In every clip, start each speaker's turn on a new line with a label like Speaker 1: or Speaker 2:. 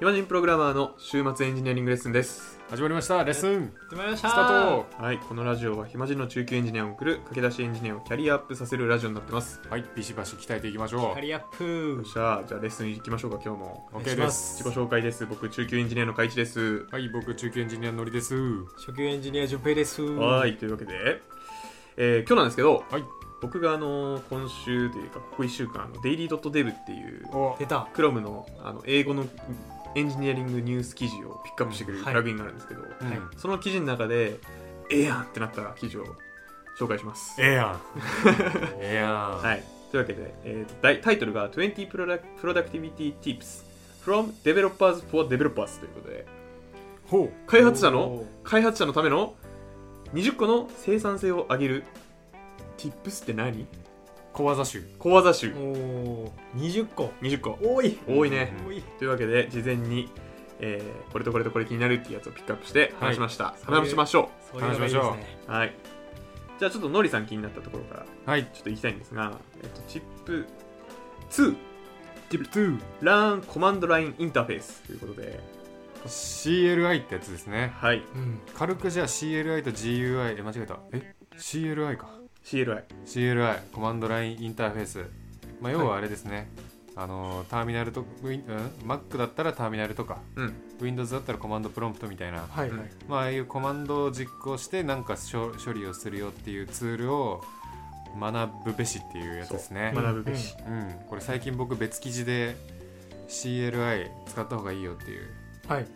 Speaker 1: 暇人プログラマーの週末エンジニアリングレッスンです
Speaker 2: 始まりましたレッスン
Speaker 3: 始まりまし
Speaker 2: ス
Speaker 3: た
Speaker 2: ター
Speaker 1: はいこのラジオは暇人の中級エンジニアを送る駆け出しエンジニアをキャリアアップさせるラジオになってます
Speaker 2: トはいビシバシ鍛えていきましょ
Speaker 3: ハ
Speaker 2: う
Speaker 3: リアッ
Speaker 1: よ
Speaker 3: プ
Speaker 1: っしゃじゃあレッスン行きましょうか今日も
Speaker 3: お願い
Speaker 2: OK
Speaker 3: し
Speaker 2: で
Speaker 3: ますす
Speaker 1: 自己紹介です僕中級エンジニアの海一です
Speaker 2: はい僕中堅エンジニアのりです
Speaker 3: 初級エンジニア順平です
Speaker 1: は
Speaker 3: はい
Speaker 1: というわけで、えー今日なんですけど、
Speaker 2: はい
Speaker 1: 僕があのー今週というかここ1週間デイリー .dev っていう
Speaker 2: お
Speaker 3: 出た
Speaker 1: Chrome のあの英語のエンジニアリングニュース記事をピックアップしてくれる
Speaker 3: うん
Speaker 1: プ
Speaker 3: はい
Speaker 1: ラグインがあるんですけど、
Speaker 2: うん
Speaker 3: はい
Speaker 1: その記事の中でええやんってなった記事を紹介します
Speaker 2: ええやん ええやん
Speaker 1: はい、というわけで、えー題タイトルが20 Product- Productivity Tips from Developers for Developers ということで
Speaker 2: ほう
Speaker 1: 開発者の
Speaker 3: おー
Speaker 1: 開発者のための20個の生産性を上げる Tips って何
Speaker 2: 小技集
Speaker 1: 小技集
Speaker 3: おー20個
Speaker 1: 20個
Speaker 3: 多い
Speaker 1: 多いね、
Speaker 3: 多い
Speaker 1: というわけで事前に、えーこれとこれとこれ気になるっていうやつをピックアップして話しました、
Speaker 3: はい
Speaker 1: 話しましょ
Speaker 3: そういうのがいいですね
Speaker 1: うはいじゃあちょっとのりさん気になったところから
Speaker 2: はい
Speaker 1: ちょっと行きたいんですが、えっと、チップ2
Speaker 2: ティップ
Speaker 1: Learn Command Line Interface ということで
Speaker 2: 2CLI ってやつですね
Speaker 1: はい
Speaker 3: うん
Speaker 2: 軽くじゃあ CLI と GUI え間違えたえ CLI か
Speaker 1: CLI
Speaker 2: CLI コマンドラインインターフェース、まあ、要はあれですね、あのターミナルと、ウィンうん、Mac だったらターミナルとか
Speaker 1: うん
Speaker 2: Windows だったらコマンドプロンプトみたいな、
Speaker 3: はいはい
Speaker 2: まあああいうコマンドを実行してなんか処処理をするよっていうツールを学ぶべしっていうやつですね
Speaker 1: そう学ぶべし、
Speaker 2: うん、これ最近僕別記事で CLI 使った方がいいよっていう
Speaker 3: はい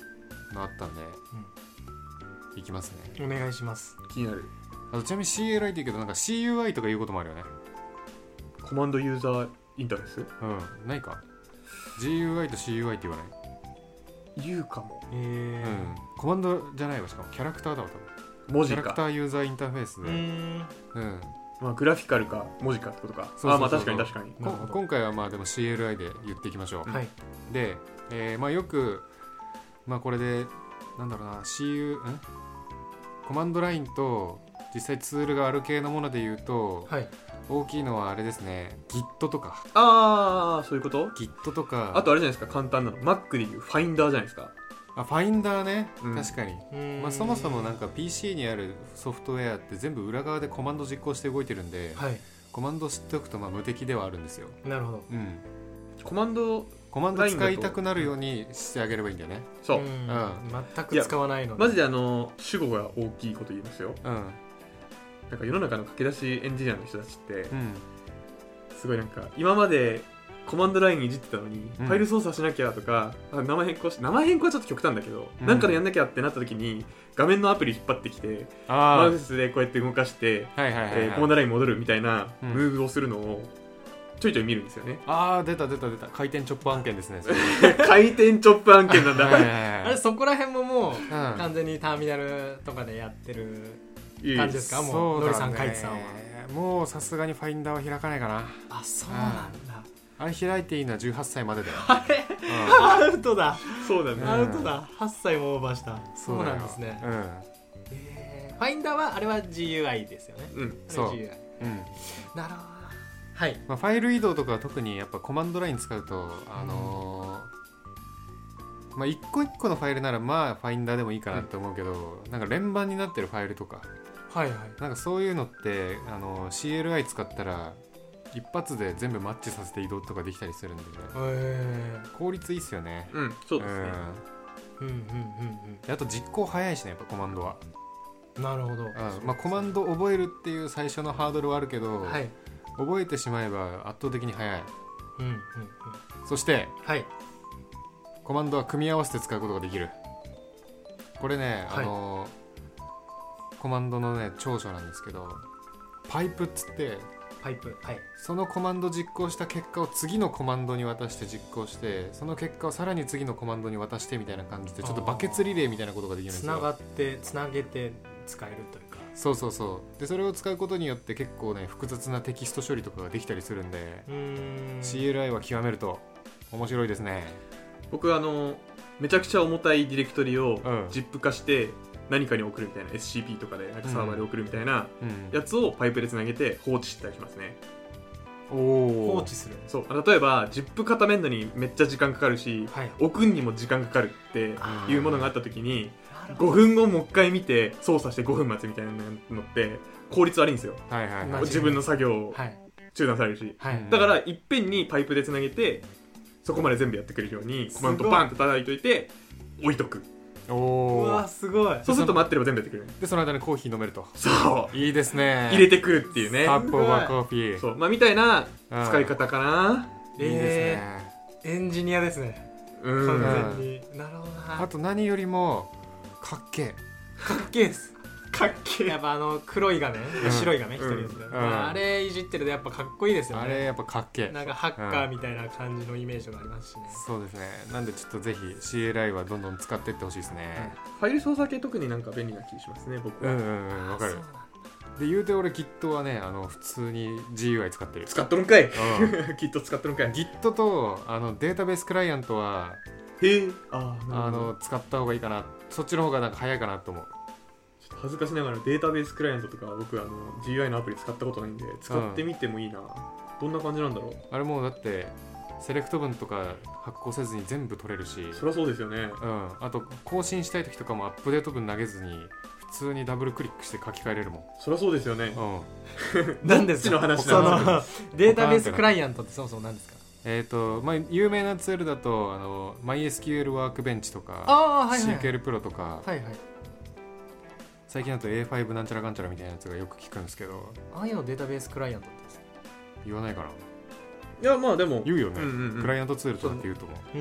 Speaker 2: のあったんで、いきますね
Speaker 3: お願いします
Speaker 1: 気になる
Speaker 2: あとちなみに CLI って言うけどなんか CUI とか言うこともあるよね
Speaker 1: コマンドユーザーインターフェース
Speaker 2: うんないか GUI と CUI って言わない
Speaker 1: 言うかも
Speaker 3: え
Speaker 2: う
Speaker 3: ー
Speaker 2: ん、コマンドじゃないわしかもキャラクターだわ多分
Speaker 1: 文
Speaker 2: キ
Speaker 1: 字
Speaker 2: ャラク
Speaker 1: か、
Speaker 2: ターユーザーインターフェース
Speaker 3: う
Speaker 2: で、
Speaker 3: ーん
Speaker 2: うん
Speaker 1: まあ、グラフィカルか文字かってことか
Speaker 2: そうそうそうそう
Speaker 1: あまあ確かに確かに
Speaker 2: こ
Speaker 3: なるほど
Speaker 2: 今回はまあでも CLI で言っていきましょう、
Speaker 3: はい
Speaker 2: で、えーまあ、よく、まあ、これでなんだろうな CU んコマンドラインと実際ツールがある系のもので言うと、
Speaker 3: はい
Speaker 2: 大きいのはあれですね Git とか
Speaker 1: ああそういうこと
Speaker 2: Git とか
Speaker 1: あとあれじゃないですか簡単なの Mac でいうファインダーじゃないですか
Speaker 2: あファインダーね、
Speaker 1: うん
Speaker 2: 確かに、
Speaker 3: うーん
Speaker 2: まあ、そもそもなんか PC にあるソフトウェアって全部裏側でコマンド実行して動いてるんで、
Speaker 3: はい
Speaker 2: コマンドを知っておくとまあ無敵ではあるんですよ、
Speaker 3: なるほど
Speaker 2: うん、
Speaker 1: コマンド
Speaker 2: コマンド使いたくなるようにしてあげればいいんだよね、
Speaker 1: そう、
Speaker 3: ん
Speaker 2: うん
Speaker 3: 全く使わないの
Speaker 1: マジであの主語が大きいこと言いますよ
Speaker 2: うん
Speaker 1: なんか世の中の駆け出しエンジニアの人たちって
Speaker 2: うん、
Speaker 1: すごいなんか今までコマンドラインいじってたのに、
Speaker 2: うん
Speaker 1: ファイル操作しなきゃとかあ名前変更し名前変更はちょっと極端だけど、
Speaker 2: うん
Speaker 1: なんかでやんなきゃってなった時に画面のアプリ引っ張ってきてマ
Speaker 2: あ
Speaker 1: ウスでこうやって動かして、
Speaker 2: あはいはいはい、はい
Speaker 1: えーコマンドライン戻るみたいな
Speaker 2: うん
Speaker 1: ムーブをするのをちょいちょい見るんですよね
Speaker 2: ああ出た出た出た回転チョップ案件ですね それ
Speaker 1: 回転チョップ案件なんだ、
Speaker 2: はいはい
Speaker 1: い
Speaker 3: あ
Speaker 2: はい
Speaker 3: れそこら辺ももう
Speaker 2: うん
Speaker 3: 完全にターミナルとかでやってる
Speaker 1: い
Speaker 3: 感じですかもう
Speaker 2: そだね
Speaker 3: ノリさんカイツさんは
Speaker 2: もうさすがにファインダーは開かないかな
Speaker 3: あそうなんだ
Speaker 2: あれ開いていいのは18歳までだよ、
Speaker 3: あれ
Speaker 2: う
Speaker 3: アウトだ
Speaker 1: そうだね、
Speaker 3: アウトだ8歳もオーバーした
Speaker 2: ん
Speaker 3: そ
Speaker 2: だ
Speaker 3: うな
Speaker 2: よ
Speaker 3: んですね
Speaker 2: う
Speaker 3: えーファインダーはあれは GUI ですよね
Speaker 1: うん
Speaker 2: そう
Speaker 3: あれ GUI
Speaker 2: ん、うん
Speaker 3: なるほどはい
Speaker 2: まあ、ファイル移動とかは特にやっぱコマンドライン使うとあのーまあ、一個一個のファイルならまあファインダーでもいいかなって思うけど、なんか連番になってるファイルとか
Speaker 3: はいはい
Speaker 2: なんかそういうのって、あのー CLI 使ったら一発で全部マッチさせて移動とかできたりするんでね
Speaker 3: え
Speaker 2: 効率いいっすよね
Speaker 1: うんそうですね、
Speaker 3: ー、うんうんうん
Speaker 2: うん、あと実行早いしねやっぱコマンドは、
Speaker 3: うんなるほど
Speaker 2: うんまあ、コマンド覚えるっていう最初のハードルはあるけど、
Speaker 3: はい
Speaker 2: 覚えてしまえば圧倒的に早い
Speaker 3: うんうんうん
Speaker 2: そして
Speaker 3: はい
Speaker 2: コマンドは組み合わせて使うことができるこれね、
Speaker 3: はい
Speaker 2: あのコマンドのね長所なんですけどパイプっつって
Speaker 3: パイプはい
Speaker 2: そのコマンド実行した結果を次のコマンドに渡して実行してその結果をさらに次のコマンドに渡してみたいな感じでちょっとバケツリレーみたいなことができるんで
Speaker 3: つ
Speaker 2: す
Speaker 3: な
Speaker 2: よ
Speaker 3: がってつなげて使えるというか
Speaker 2: そうそうそうでそれを使うことによって結構ね複雑なテキスト処理とかができたりするんで、
Speaker 3: うーん
Speaker 2: CLI は極めると面白いですね
Speaker 1: 僕あのめちゃくちゃ重たいディレクトリを
Speaker 2: うん
Speaker 1: ZIP 化して何かに送るみたいな SCP とかでなんかサーバーで送るみたいな
Speaker 2: うん
Speaker 1: やつをパイプでつなげて放置したりしますね
Speaker 2: おお
Speaker 3: 放置する
Speaker 1: そう例えば ZIP 固めるのにめっちゃ時間かかるし
Speaker 3: はい
Speaker 1: 置くんにも時間かかるっていうものがあった時に
Speaker 3: なるほ
Speaker 1: 5分後もう一回見て操作して5分待つみたいなのって効率悪いんですよ
Speaker 2: はいはい
Speaker 3: ま
Speaker 2: は
Speaker 3: あ
Speaker 2: い
Speaker 1: 自分の作業
Speaker 3: どはい
Speaker 1: 中断されるし
Speaker 3: はい、
Speaker 2: うん
Speaker 1: だからいっぺんにパイプでつなげてそこまで全部やってくれるようにコマンド
Speaker 3: すごい
Speaker 1: パンって叩いといて置いとく
Speaker 2: お
Speaker 3: う
Speaker 2: お
Speaker 3: わすごい
Speaker 1: そうすると待ってれば全部やってくれる
Speaker 2: でその間にコーヒー飲めると
Speaker 1: そう
Speaker 2: いいですね
Speaker 1: 入れてくるっていうね
Speaker 2: カップオーバーコーヒー
Speaker 1: そうまあみたいな
Speaker 2: うん
Speaker 1: 使い方かない
Speaker 2: いですね
Speaker 3: エンジニアですね
Speaker 1: う
Speaker 3: 完
Speaker 1: ん
Speaker 3: 全に、なるほどな
Speaker 2: あと何よりもかっけ
Speaker 3: かっけえです
Speaker 1: かっけ
Speaker 3: やっぱあの黒い画面、
Speaker 2: ん
Speaker 3: 白い画面一人ですね、
Speaker 2: ん
Speaker 3: あれいじってるとやっぱかっこいいです
Speaker 2: え
Speaker 3: よね
Speaker 2: あれやっぱかっけえ
Speaker 3: なんかハッカーみたいな感じのイメージがありますしね、
Speaker 2: そうですねなんでちょっとぜひ CLI はどんどん使っていってほしいですね
Speaker 1: ファイル操作系特になんか便利な気しますね僕
Speaker 2: うん
Speaker 1: は、
Speaker 2: うんうんわかる
Speaker 3: そうなんだ
Speaker 2: で言うて俺 Git はねあの普通に GUI 使ってる
Speaker 1: 使っとるんかい
Speaker 2: うん
Speaker 1: きっと使っとるんか い
Speaker 2: Git とあのデータベースクライアントは
Speaker 1: へえあーな
Speaker 2: あ
Speaker 1: るほ
Speaker 2: の
Speaker 1: ど
Speaker 2: 使った方がいいかなそっちの方がなんか早いかなと思う
Speaker 1: ちょっと恥ずかしながらデータベースクライアントとか僕あの GUI のアプリ使ったことないんで使ってみてもいいな、どんな感じなんだろう
Speaker 2: あれもうだってセレクト文とか発行せずに全部取れるし、
Speaker 1: そりゃそうですよね
Speaker 2: うん、あと更新したい時とかもアップデート文投げずに普通にダブルクリックして書き換えれるもん、
Speaker 1: そりゃそうですよね
Speaker 2: うん、
Speaker 3: 何です
Speaker 1: ど
Speaker 3: か
Speaker 1: っちの話
Speaker 3: そ
Speaker 1: なん
Speaker 3: の
Speaker 1: で
Speaker 3: データベースクライアントってそもそも何ですか
Speaker 2: えっ、とまあ有名なツールだとあの MySQL ワークベンチとか
Speaker 3: ああはいはい、
Speaker 2: SQL プロとか、
Speaker 3: はいはい
Speaker 2: 最近だと A5 なんちゃらかんちゃらみたいなやつがよく聞くんですけど
Speaker 3: ああいうのデータベースクライアントってですか
Speaker 2: 言わないかない
Speaker 1: やまあでも
Speaker 2: 言うよね、
Speaker 1: うんうんうん
Speaker 2: クライアントツールとかって言うと思う
Speaker 3: うー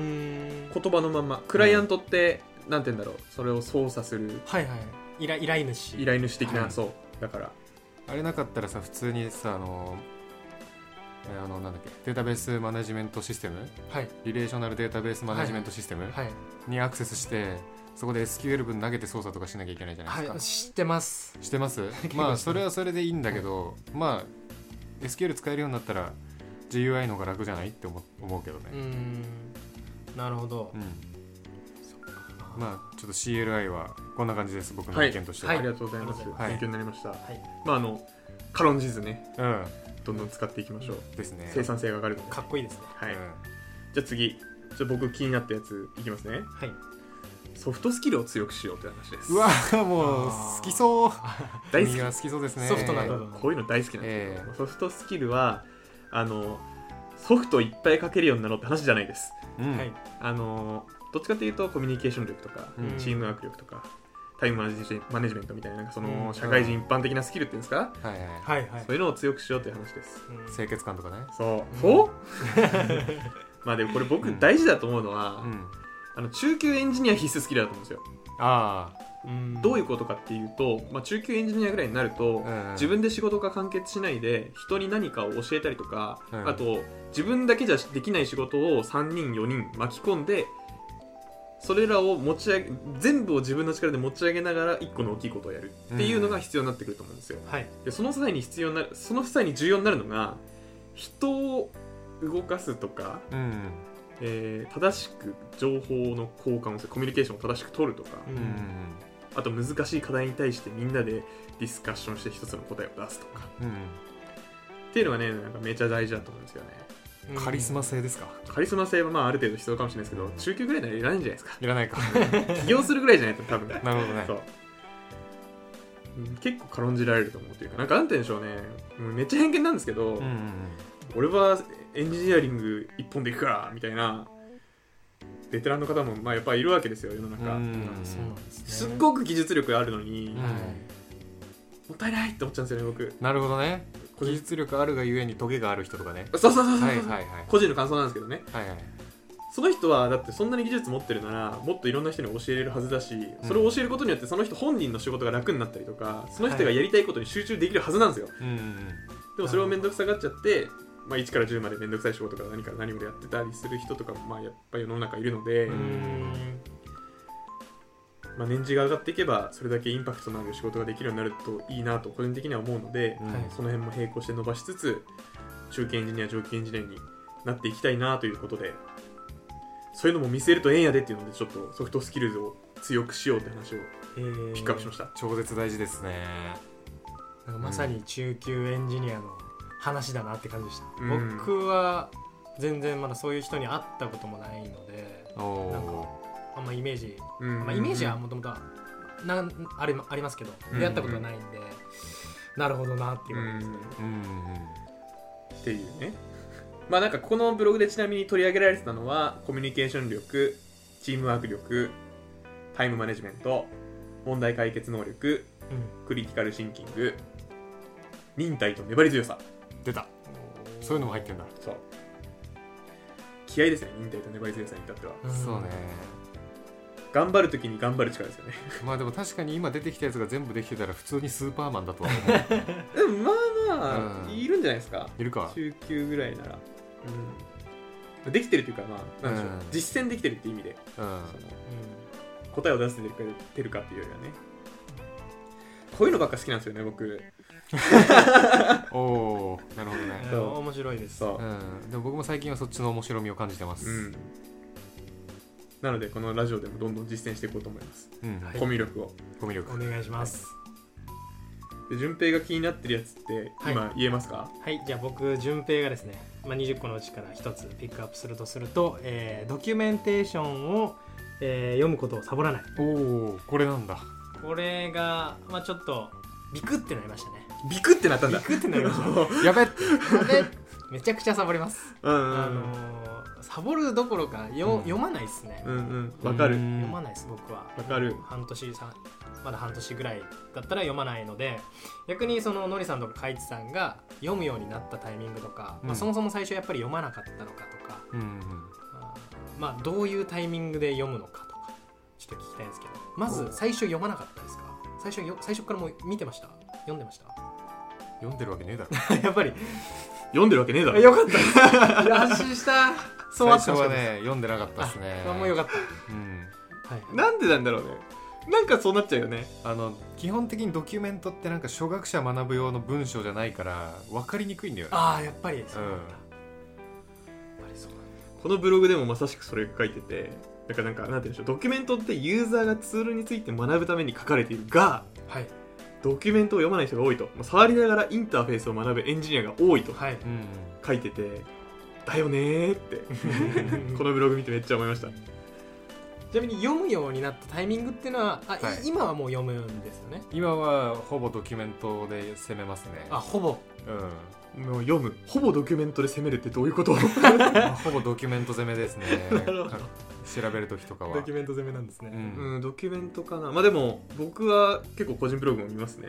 Speaker 3: ん
Speaker 1: 言葉のまんまクライアントって、なんて言うんだろうそれを操作する
Speaker 3: はいはい依頼依頼主
Speaker 1: 依頼主的な、
Speaker 2: はい
Speaker 1: そうだから
Speaker 2: あれなかったらさ普通にさあのえーあのなんだっけデータベースマネジメントシステム
Speaker 3: はい
Speaker 2: リレーショナルデータベースマネジメントシステム
Speaker 3: はい
Speaker 2: にアクセスしてそこで SQL 文投げて操作とかしなきゃいけないじゃないですか、
Speaker 3: はい知ってます
Speaker 2: してます
Speaker 3: 構
Speaker 2: まあそれはそれでいいんだけど、まあ SQL 使えるようになったら GUI の方が楽じゃないって思思うけど
Speaker 3: うー
Speaker 2: ね、
Speaker 3: んなるほど
Speaker 2: うん
Speaker 3: そっか
Speaker 2: まあちょっと CLI はこんな感じです僕の
Speaker 1: はい
Speaker 2: 意見としては、
Speaker 1: ありがとうございます、
Speaker 3: はい
Speaker 1: 勉強になりました、
Speaker 3: い
Speaker 1: まああの軽んじずね
Speaker 2: うん
Speaker 1: どんどん使っていきましょう、
Speaker 2: ですね
Speaker 1: 生産性が上がるので、
Speaker 3: かっこいいですね
Speaker 1: はい
Speaker 2: うん
Speaker 1: じゃあ次ちょっと僕気になったやついきますね
Speaker 3: はい
Speaker 1: ソフトスキルを強くしようという話です
Speaker 2: うわもう
Speaker 3: あー
Speaker 2: 好きそう
Speaker 1: 大好
Speaker 2: 君
Speaker 1: き
Speaker 2: は好きそうですね
Speaker 3: ソフトな部分
Speaker 1: こういうの大好きなんですけど、
Speaker 2: え
Speaker 1: ソフトスキルはあのソフトいっぱい書けるようになろうって話じゃないです
Speaker 2: うん
Speaker 3: はい
Speaker 1: あのどっちかっていうとコミュニケーション力とか、
Speaker 2: うん
Speaker 1: チームワーク力とかタイムマネジマネジメントみたいななんかその、
Speaker 3: うん
Speaker 1: 社会人一般的なスキルっていうんですか、
Speaker 2: はいはい
Speaker 3: はいはい
Speaker 1: そういうのを強くしようという話です
Speaker 3: うん
Speaker 2: 清潔感とかね
Speaker 1: そう、
Speaker 3: うん
Speaker 1: そう まあでもこれ僕大事だと思うのは、
Speaker 2: うん
Speaker 1: あの中級エンジニア必須スキルだと思うんですよ
Speaker 2: ああ
Speaker 3: うん
Speaker 1: どういうことかっていうと、まあ、中級エンジニアぐらいになると、
Speaker 2: うん
Speaker 1: 自分で仕事が完結しないで人に何かを教えたりとか、
Speaker 2: うん
Speaker 1: あと自分だけじゃできない仕事を3人4人巻き込んでそれらを持ち上げ全部を自分の力で持ち上げながら1個の大きいことをやるっていうのが必要になってくると思うんですよ、
Speaker 3: はい
Speaker 1: でその際に必要になるその際に重要になるのが人を動かすとか、
Speaker 2: うん
Speaker 1: えー正しく情報の交換をするコミュニケーションを正しく取るとか、
Speaker 3: う
Speaker 2: うんん
Speaker 1: あと難しい課題に対してみんなでディスカッションして一つの答えを出すとか
Speaker 2: うん
Speaker 1: っていうのがねなんかめちゃ大事だと思うんですよね
Speaker 2: カリスマ性ですか
Speaker 1: カリスマ性はまあある程度必要かもしれないですけど中級ぐらいならいらないんじゃないで すか
Speaker 2: いらないか
Speaker 1: 起業するぐらいじゃないと多分ね
Speaker 2: なるほどね
Speaker 1: そううん結構軽んじられると思うというかなんかなんて言うんでしょうねうんめっちゃ偏見なんですけど、
Speaker 2: うんうん
Speaker 1: 俺はエンジニアリング一本でいくからみたいなベテランの方もまあやっぱいるわけですよ世の中、
Speaker 2: うん
Speaker 3: そうなんですね
Speaker 1: すっごく技術力があるのに、
Speaker 2: うん
Speaker 1: もったいないって思っちゃうんですよね僕
Speaker 2: なるほどね
Speaker 1: 個
Speaker 2: 技
Speaker 1: 人
Speaker 2: 術力あるがゆえにトゲがある人とかね
Speaker 1: そうそうそうそうそう、
Speaker 2: はいはいはい
Speaker 1: 個人の感想なんですけどね
Speaker 2: はいはい
Speaker 1: その人はだってそんなに技術持ってるならもっといろんな人に教えれるはずだしそれを教えることによってその人本人の仕事が楽になったりとかその人がやりたいことに集中できるはずなんですよ、
Speaker 2: うんうん
Speaker 1: でもそれを面倒くさがっちゃって、まあ、1から10まで面倒くさい仕事から何から何までやってたりする人とかもまあやっぱ世の中いるので、
Speaker 2: う
Speaker 3: うーん
Speaker 1: まあ、年次が上がっていけばそれだけインパクトのある仕事ができるようになるといいなと個人的には思うので、
Speaker 2: うん
Speaker 3: はい
Speaker 1: その辺も並行して伸ばしつつ中堅エンジニア上級エンジニアになっていきたいなということでそういうのも見せるとええんやでっていうのでちょっとソフトスキルズを強くしようって話を
Speaker 3: えー
Speaker 1: ピックアップしました、
Speaker 2: 超絶大事ですね
Speaker 3: なんかまさに中級エンジニアの話だなって感じでした、
Speaker 1: うん
Speaker 3: 僕は全然まだそういう人に会ったこともないので
Speaker 2: お
Speaker 3: なんか
Speaker 2: お
Speaker 3: あんまイメージ、
Speaker 1: うん
Speaker 3: まあ、イメージはもともとあれもありますけど
Speaker 1: うん
Speaker 3: 出会ったことはないんで、なるほどなっていうう感じ
Speaker 1: ん
Speaker 2: ーうんうん
Speaker 1: っていうねまあなんかこのブログでちなみに取り上げられてたのはコミュニケーション力チームワーク力タイムマネジメント問題解決能力クリティカルシンキング忍耐と粘り強さ
Speaker 2: 出たそういうのも入ってんだ、
Speaker 1: そう気合ですね忍耐と粘り強さに至っては
Speaker 3: うんん
Speaker 2: そうね
Speaker 1: 頑張るときに頑張る力ですよね
Speaker 2: まあでも確かに今出てきたやつが全部できてたら普通にスーパーマンだとは思 う
Speaker 1: でもまあまあ、
Speaker 2: うん
Speaker 1: いるんじゃないですか
Speaker 2: いるか
Speaker 1: 中級ぐらいなら、うん、できてるというかまあなんでしょう、
Speaker 2: うん
Speaker 1: 実践できてるって意味で
Speaker 2: うん
Speaker 1: その答えを出せてるかてるかっていうよりはねこういうのばっか好きなんですよね僕
Speaker 2: おおなるほど
Speaker 3: うんい
Speaker 2: ね
Speaker 3: や
Speaker 1: そう
Speaker 3: 面白いです
Speaker 1: そうう、
Speaker 2: んでも僕も最近はそっちの面白みを感じてます
Speaker 1: うん、なのでこのラジオでもどんどん実践していこうと思います、
Speaker 2: うん
Speaker 3: はい
Speaker 1: コミュ力を
Speaker 2: コミュ
Speaker 3: お
Speaker 2: 力
Speaker 3: 願いします
Speaker 1: で順平が気になってるやつって
Speaker 3: はい
Speaker 1: 今言えますか、
Speaker 3: はい、じゃあ僕順平がですね、まあ、20個のうちから1つピックアップするとすると、えードキュメンテーションを、えー読むことをサボらない
Speaker 2: おおこれ なんだ
Speaker 3: これが、まあ、ちょっとビクってなりましたね
Speaker 1: ビクってなったんだ
Speaker 3: ビクってなりましたね
Speaker 2: やべっ
Speaker 3: めちゃくちゃサボります、
Speaker 1: うんう
Speaker 3: あ
Speaker 1: ん
Speaker 3: のーサボるどころかよ、
Speaker 2: うん
Speaker 3: 読まないですね、
Speaker 1: うんうんわか
Speaker 2: う
Speaker 1: る
Speaker 2: ん
Speaker 3: 読まないです僕は
Speaker 1: わかる
Speaker 3: 半年さまだ半年ぐらいだったら読まないので逆にそののりさんとかかいちさんが読むようになったタイミングとか、
Speaker 2: う
Speaker 3: まあ、
Speaker 2: ん
Speaker 3: そもそも最初やっぱり読まなかったのかとか
Speaker 2: うん
Speaker 3: あーまあどういうタイミングで読むのかとかちょっと聞きたいんですけどまず最初読まなかったですか最初よ最初からもう見てました読んでました
Speaker 2: 読んでるわけねえだろ
Speaker 3: やっぱり
Speaker 1: 読んでるわけねえだろ
Speaker 3: よかった安心したそうあって
Speaker 2: 最
Speaker 3: ほ
Speaker 2: 初は
Speaker 3: しかった
Speaker 2: ね読んでなかったですね
Speaker 3: あもうよかっ
Speaker 2: うん
Speaker 3: た、はい、
Speaker 1: なんでなんだろうねなんかそうなっちゃうよね
Speaker 2: あの基本的にドキュメントってなんか初学者学ぶ用の文章じゃないから分かりにくいんだよね
Speaker 3: ああやっぱりそうなんだ、
Speaker 2: うん
Speaker 3: やっぱりそうなんだ
Speaker 1: このブログでもまさしくそれが書いててだからなんかなんて言うんでしょうドキュメントってユーザーがツールについて学ぶために書かれているが
Speaker 3: はい
Speaker 1: ドキュメントを読まない人が多いと、まあ触りながらインターフェースを学ぶエンジニアが多いと
Speaker 3: はい
Speaker 2: うん
Speaker 1: 書いててだよねーってこ
Speaker 3: の
Speaker 1: のブログ見てめっちゃ思いました
Speaker 3: ちなみに読むようになったタイミングっていうのはあ、い
Speaker 2: はい
Speaker 3: 今はもう読むんですよね
Speaker 2: 今はほぼドキュメントで攻めますね
Speaker 3: あほぼ
Speaker 2: うん
Speaker 1: もう読むほぼドキュメントで攻めるってどういうこと
Speaker 2: まあほぼドキュメント攻めですね
Speaker 1: るほど
Speaker 2: 調べる時とかは
Speaker 3: メント攻めなんですね
Speaker 2: う
Speaker 1: うんんドキュメントかなまあでも僕は結構個人ブログも見ますね、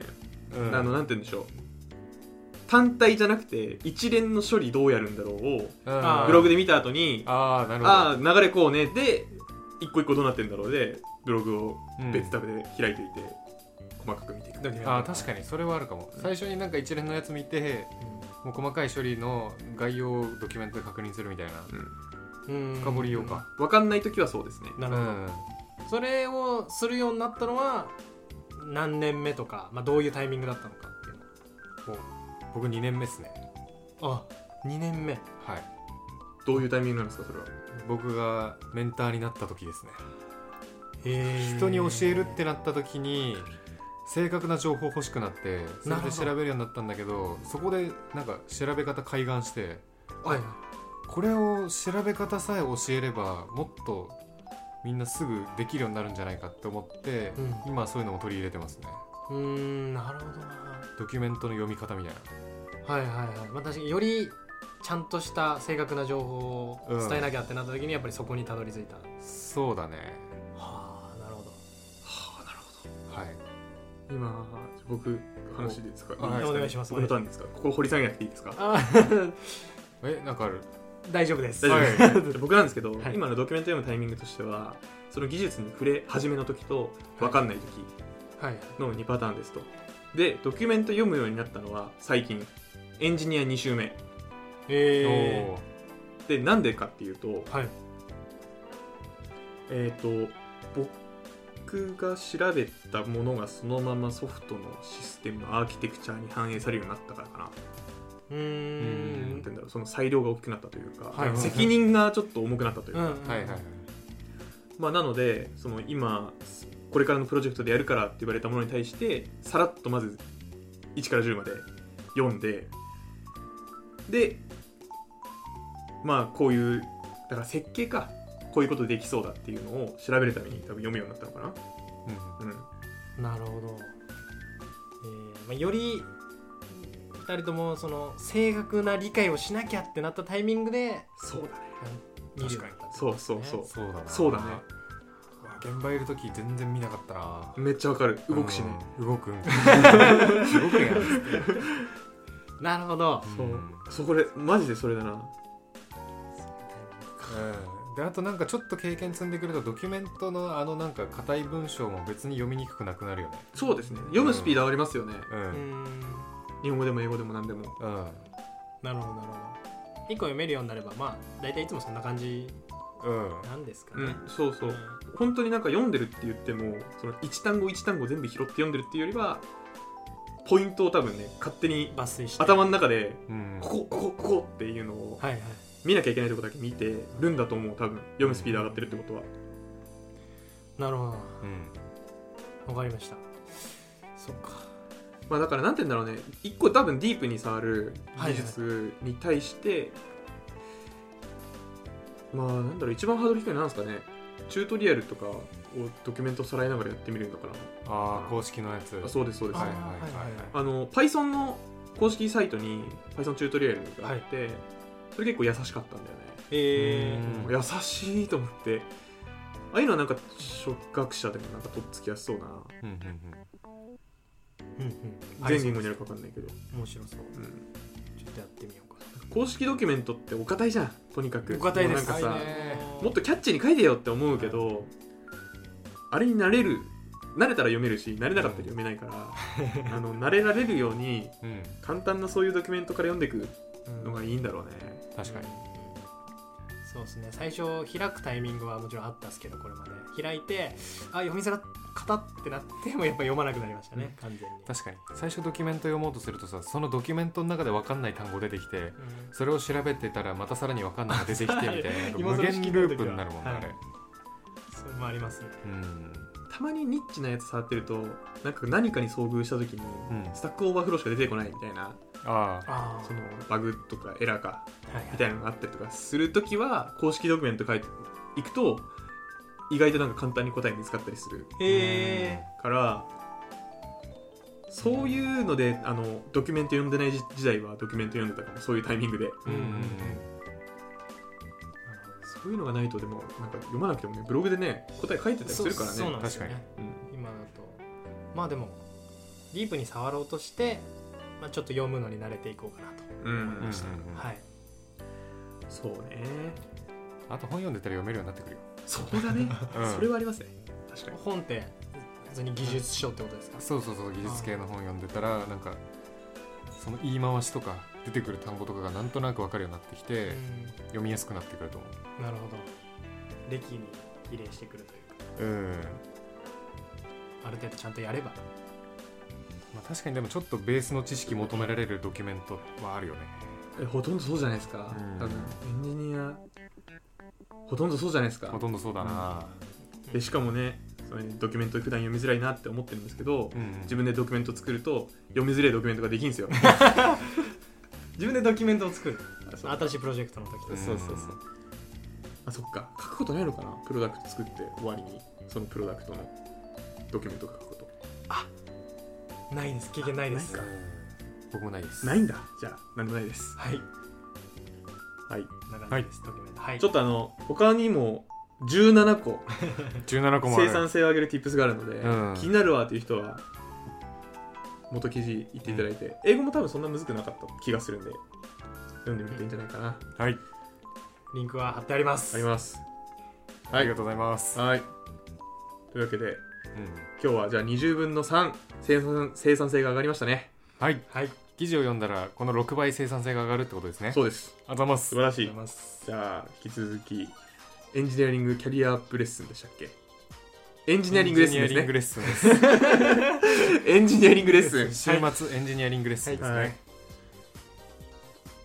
Speaker 2: うん
Speaker 1: あのなんて言うんでしょう単体じゃなくて一連の処理どうやるんだろうを
Speaker 3: あー
Speaker 1: ブログで見た後に
Speaker 2: ああなるほど
Speaker 1: ああー流れこうねで一個一個どうなってんだろうでブログを別タブで開いていて、細かく見ていく
Speaker 3: ドキュメント
Speaker 2: あー確かにそれはあるかも最初になんか一連のやつ見てもう細かい処理の概要をドキュメントで確認するみたいな
Speaker 3: うん
Speaker 2: 深掘り用か
Speaker 1: 分かんない時はそうですね
Speaker 3: な
Speaker 2: う
Speaker 3: るほど、
Speaker 2: ん
Speaker 3: それをするようになったのは何年目とか、まあ、どういうタイミングだったのかっていう
Speaker 2: 僕2年目ですね
Speaker 3: のあ2年目
Speaker 2: はい
Speaker 1: どういうタイミングなんですかそれは
Speaker 2: 僕がメンターになった時ですね
Speaker 3: へ
Speaker 2: 人に教えるってなった時に正確な情報欲しくなってそれ
Speaker 3: なる
Speaker 2: で
Speaker 3: ほど
Speaker 2: 調べるようになったんだけどそこでなんか調べ方開眼して
Speaker 3: はい
Speaker 2: これを調べ方さえ教えればもっとみんなすぐできるようになるんじゃないかって思って、
Speaker 3: うん
Speaker 2: 今はそういうのも取り入れてますね
Speaker 3: うーんなるほどな
Speaker 2: ドキュメントの読み方みたいな
Speaker 3: はいはいはい、まあ、確かによりちゃんとした正確な情報を伝えなきゃってなった時にやっぱりそこにたどり着いた、
Speaker 2: そうだね
Speaker 3: はあなるほど
Speaker 1: はあなるほ
Speaker 2: はい
Speaker 1: ど今僕話でいいですか
Speaker 2: おはい
Speaker 1: ですかね
Speaker 3: お願いします
Speaker 1: 僕のターンですかここ掘り下げなくていいですか
Speaker 3: あ
Speaker 2: えなんかある
Speaker 3: 大丈夫です
Speaker 1: 大丈夫 です、じゃあ僕なんですけど、
Speaker 3: はい
Speaker 1: 今のドキュメント読むタイミングとしてはその技術に触れ始めの時と分かんない時
Speaker 3: はい
Speaker 1: の2パターンですとでドキュメント読むようになったのは最近エンジニア2週目
Speaker 3: え
Speaker 1: でなんでかっていうと
Speaker 3: ー、はい
Speaker 1: えっ、と僕が調べたものがそのままソフトのシステムアーキテクチャに反映されるようになったからかな、
Speaker 3: うー
Speaker 1: なん
Speaker 3: ん
Speaker 1: て言うんだろうその裁量が大きくなったというか、
Speaker 3: はいはいはい
Speaker 1: 責任がちょっと重くなったという
Speaker 3: う
Speaker 1: か、
Speaker 3: ん
Speaker 2: ーはいはいはい
Speaker 1: まあ、なのでその今これからのプロジェクトでやるからって言われたものに対してさらっとまず1から10まで読んででまあこういうだから設計かこういうことできそうだっていうのを調べるために多分読むようになったのか
Speaker 2: うん
Speaker 1: な、うん、
Speaker 3: なるほど、えーまあ、より2人ともその正確な理解をしなきゃってなったタイミングで
Speaker 1: そうだね
Speaker 3: 見るようになったってことですね
Speaker 1: そうそう
Speaker 2: そうだな
Speaker 1: そうだね
Speaker 2: うわ現場いる時全然見なかったな
Speaker 1: めっちゃわかる動くしね、
Speaker 2: うん動くん動くやん
Speaker 3: なるほど
Speaker 1: そ
Speaker 2: うん
Speaker 1: うそこでマジでそれだな
Speaker 2: うんであとなんかちょっと経験積んでくるとドキュメントのあのなんか硬い文章も別に読みにくくなくなるよね
Speaker 1: そうですね読むスピード上がりますよね、
Speaker 2: う
Speaker 3: うんん
Speaker 1: 日本語でも英語でも何でも
Speaker 2: うん
Speaker 3: なるほどなるほど1個読めるようになればまあ大体いつもそんな感じ
Speaker 2: うん
Speaker 3: なんですか
Speaker 1: う
Speaker 3: ね、
Speaker 1: ん、そうそううん本当になんか読んでるって言ってもその一単語一単語全部拾って読んでるっていうよりはポイントを多分ね勝手に
Speaker 3: 抜粋して
Speaker 1: 頭の中で
Speaker 2: うん
Speaker 1: ここここここっていうのを
Speaker 3: はいはい
Speaker 1: 見なきゃいけないとこだけ見てるんだと思う多分読むスピード上がってるってことは
Speaker 3: なるほ
Speaker 2: うん
Speaker 3: どわかりましたそっか
Speaker 1: まあだからなんて言うんだろうね一個多分ディープに触る技術に対して、まあなんだろう一番ハードル低いのはなんですかねチュートリアルとかをドキュメントさらいながらやってみるのかな
Speaker 2: ああ公式のやつ
Speaker 1: あそうですそうです
Speaker 2: はいはい
Speaker 3: あー
Speaker 2: はいはい
Speaker 1: あの Python の公式サイトに Python チュートリアルがあって、それ結構優しかったんだよね、
Speaker 3: えー
Speaker 2: うん
Speaker 1: 優しいと思ってああいうのはなんか初学者でもなんかとっつきやすそうな
Speaker 2: うんうんうん
Speaker 3: うんうん
Speaker 1: 全言語になるか分かんないけど、
Speaker 3: 面白そう
Speaker 1: うん
Speaker 3: ちょっとやってみようか
Speaker 1: 公式ドキュメントってお堅いじゃんとにかく
Speaker 3: お堅いです
Speaker 1: もうなんか
Speaker 2: はい
Speaker 1: さ、
Speaker 2: ね
Speaker 1: もっとキャッチーに書いてよって思うけど、あれに慣れる慣れたら読めるし慣れなかったら読めないから、あの慣れられるように
Speaker 2: うん
Speaker 1: 簡単なそういうドキュメントから読んでいくのが
Speaker 3: いい
Speaker 1: いいんだろうね、
Speaker 2: 確かに
Speaker 3: そうですね最初開くタイミングはもちろんあったんですけどこれまで開いてあ読みづらかったってなってもやっぱ読まなくなりましたね、完全に
Speaker 2: 確かに最初ドキュメント読もうとするとさそのドキュメントの中で分かんない単語出てきて
Speaker 3: うん
Speaker 2: それを調べてたらまたさらに分かんないのが出てきてみたいななんか
Speaker 3: 今
Speaker 2: 無
Speaker 3: 更
Speaker 2: 限ループになるもんね
Speaker 3: は
Speaker 2: あ
Speaker 3: い
Speaker 2: れ
Speaker 3: それもありますね
Speaker 2: うん
Speaker 1: たまにニッチなやつ触ってるとなんか何かに遭遇した時に、
Speaker 2: うん
Speaker 1: スタックオーバーフローしか出てこないみたいな
Speaker 2: ああ
Speaker 3: あ
Speaker 1: そのバグとかエラーか
Speaker 3: はいは
Speaker 1: み
Speaker 3: い
Speaker 1: たいなのがあったりとかする時は公式ドキュメント書いていくと意外となんか簡単に答え見つかったりする
Speaker 3: へえ
Speaker 1: からそういうのであのドキュメント読んでない時時代はドキュメント読んでたかもそういうタイミングで
Speaker 2: うんうん
Speaker 1: そういうのがないとでもなんか読まなくてもねブログでね答え書いてたりするからね
Speaker 3: そうそうなんですよね
Speaker 2: 確
Speaker 1: うん
Speaker 3: 今だとまあでもディープに触ろうとして、まあ、ちょっと読むのに慣れていこうかなと思いました、
Speaker 2: うんうんうん
Speaker 3: はい
Speaker 1: そうね
Speaker 2: あと本読んでたら読めるようになってくるよ
Speaker 1: そうだね、
Speaker 2: うん
Speaker 1: それはありますね確かに
Speaker 3: 本って普通に技術書ってことですか
Speaker 2: そうそうそう技術系の本読んでたらなんかその言い回しとか出てくる単語とかがなんとなく分かるようになってきて、
Speaker 3: う
Speaker 2: 読みやすくなってくると思
Speaker 3: んなるほど歴に比例してくるというか
Speaker 2: ううん、
Speaker 3: ある程度ちゃんとやれば
Speaker 2: まあ、確かにでもちょっとベースの知識求められるドキュメントはあるよね
Speaker 1: えほとんどそうじゃないですか、
Speaker 2: うん
Speaker 1: 多分エンジニアほとんどそうじゃないですか
Speaker 2: ほとんどそうだな
Speaker 1: でしかもねそれにドキュメント普段読みづらいなって思ってるんですけど、
Speaker 2: うん
Speaker 1: 自分でドキュメント作ると読みづらいドキュメントができん ですよ
Speaker 3: 自分でドキュメントを作る
Speaker 1: あそう
Speaker 3: 新しいプロジェクトの時と
Speaker 1: そうそ
Speaker 3: か
Speaker 1: うそうあそっか書くことないのかなプロダクト作って終わりにそのプロダクトのドキュメント書くこ
Speaker 3: ないです経験ないです
Speaker 1: あな
Speaker 2: 僕もないです
Speaker 1: とないんだじゃあ何もないです
Speaker 3: はい
Speaker 1: はい
Speaker 3: な感じです、ドキュメントはい
Speaker 1: ちょっとあの他にも17個
Speaker 2: 17個もある
Speaker 1: 生産性を上げる tips があるので、
Speaker 2: うん
Speaker 1: 気になるわっていう人は元記事行っていただいて、英語も多分そんなむずくなかった気がするんで読んでみていいんじゃないかな、
Speaker 2: はい
Speaker 3: リンクは貼ってあります
Speaker 1: あります
Speaker 2: あ
Speaker 1: はい
Speaker 2: りがとうございます、
Speaker 1: はいというわけで
Speaker 2: うん
Speaker 1: 今日はじゃあ20分の3生産生産性が上がりましたね
Speaker 2: はい
Speaker 3: はい
Speaker 2: 記事を読んだらこの6倍生産性が上がるってことですね
Speaker 1: そうです
Speaker 2: ありがとうございます
Speaker 1: 素晴らし
Speaker 3: あり
Speaker 1: い
Speaker 3: がとうございます
Speaker 1: じゃあ引き続きエンジニアリングキャリアアップレッスンでしたっけエンジニアリングレッスンですね
Speaker 2: エンジニアリングレッス
Speaker 1: エンジニアリングレッ
Speaker 2: ンです
Speaker 1: スン
Speaker 2: 週末エンジニアリングレッスンですね
Speaker 1: はい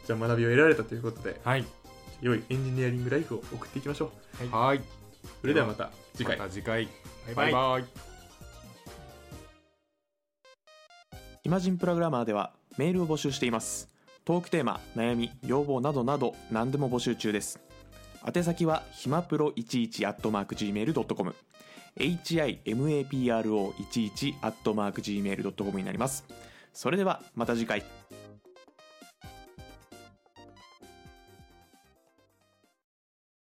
Speaker 1: じゃあ学びを得られたということで
Speaker 2: はい
Speaker 1: 良いエンジニアリングライフを送っていきましょう
Speaker 2: はい
Speaker 1: それではまた次回
Speaker 2: また次回
Speaker 3: バイバ
Speaker 2: バ
Speaker 3: イ
Speaker 2: イバイ
Speaker 4: イマジンプログラマーではメールを募集しています
Speaker 1: トークテーマ悩み要望などなど何でも募集中です宛先はひまプロ11 at mark gmail.com himapro11 at mark gmail.com になりますそれではまた次回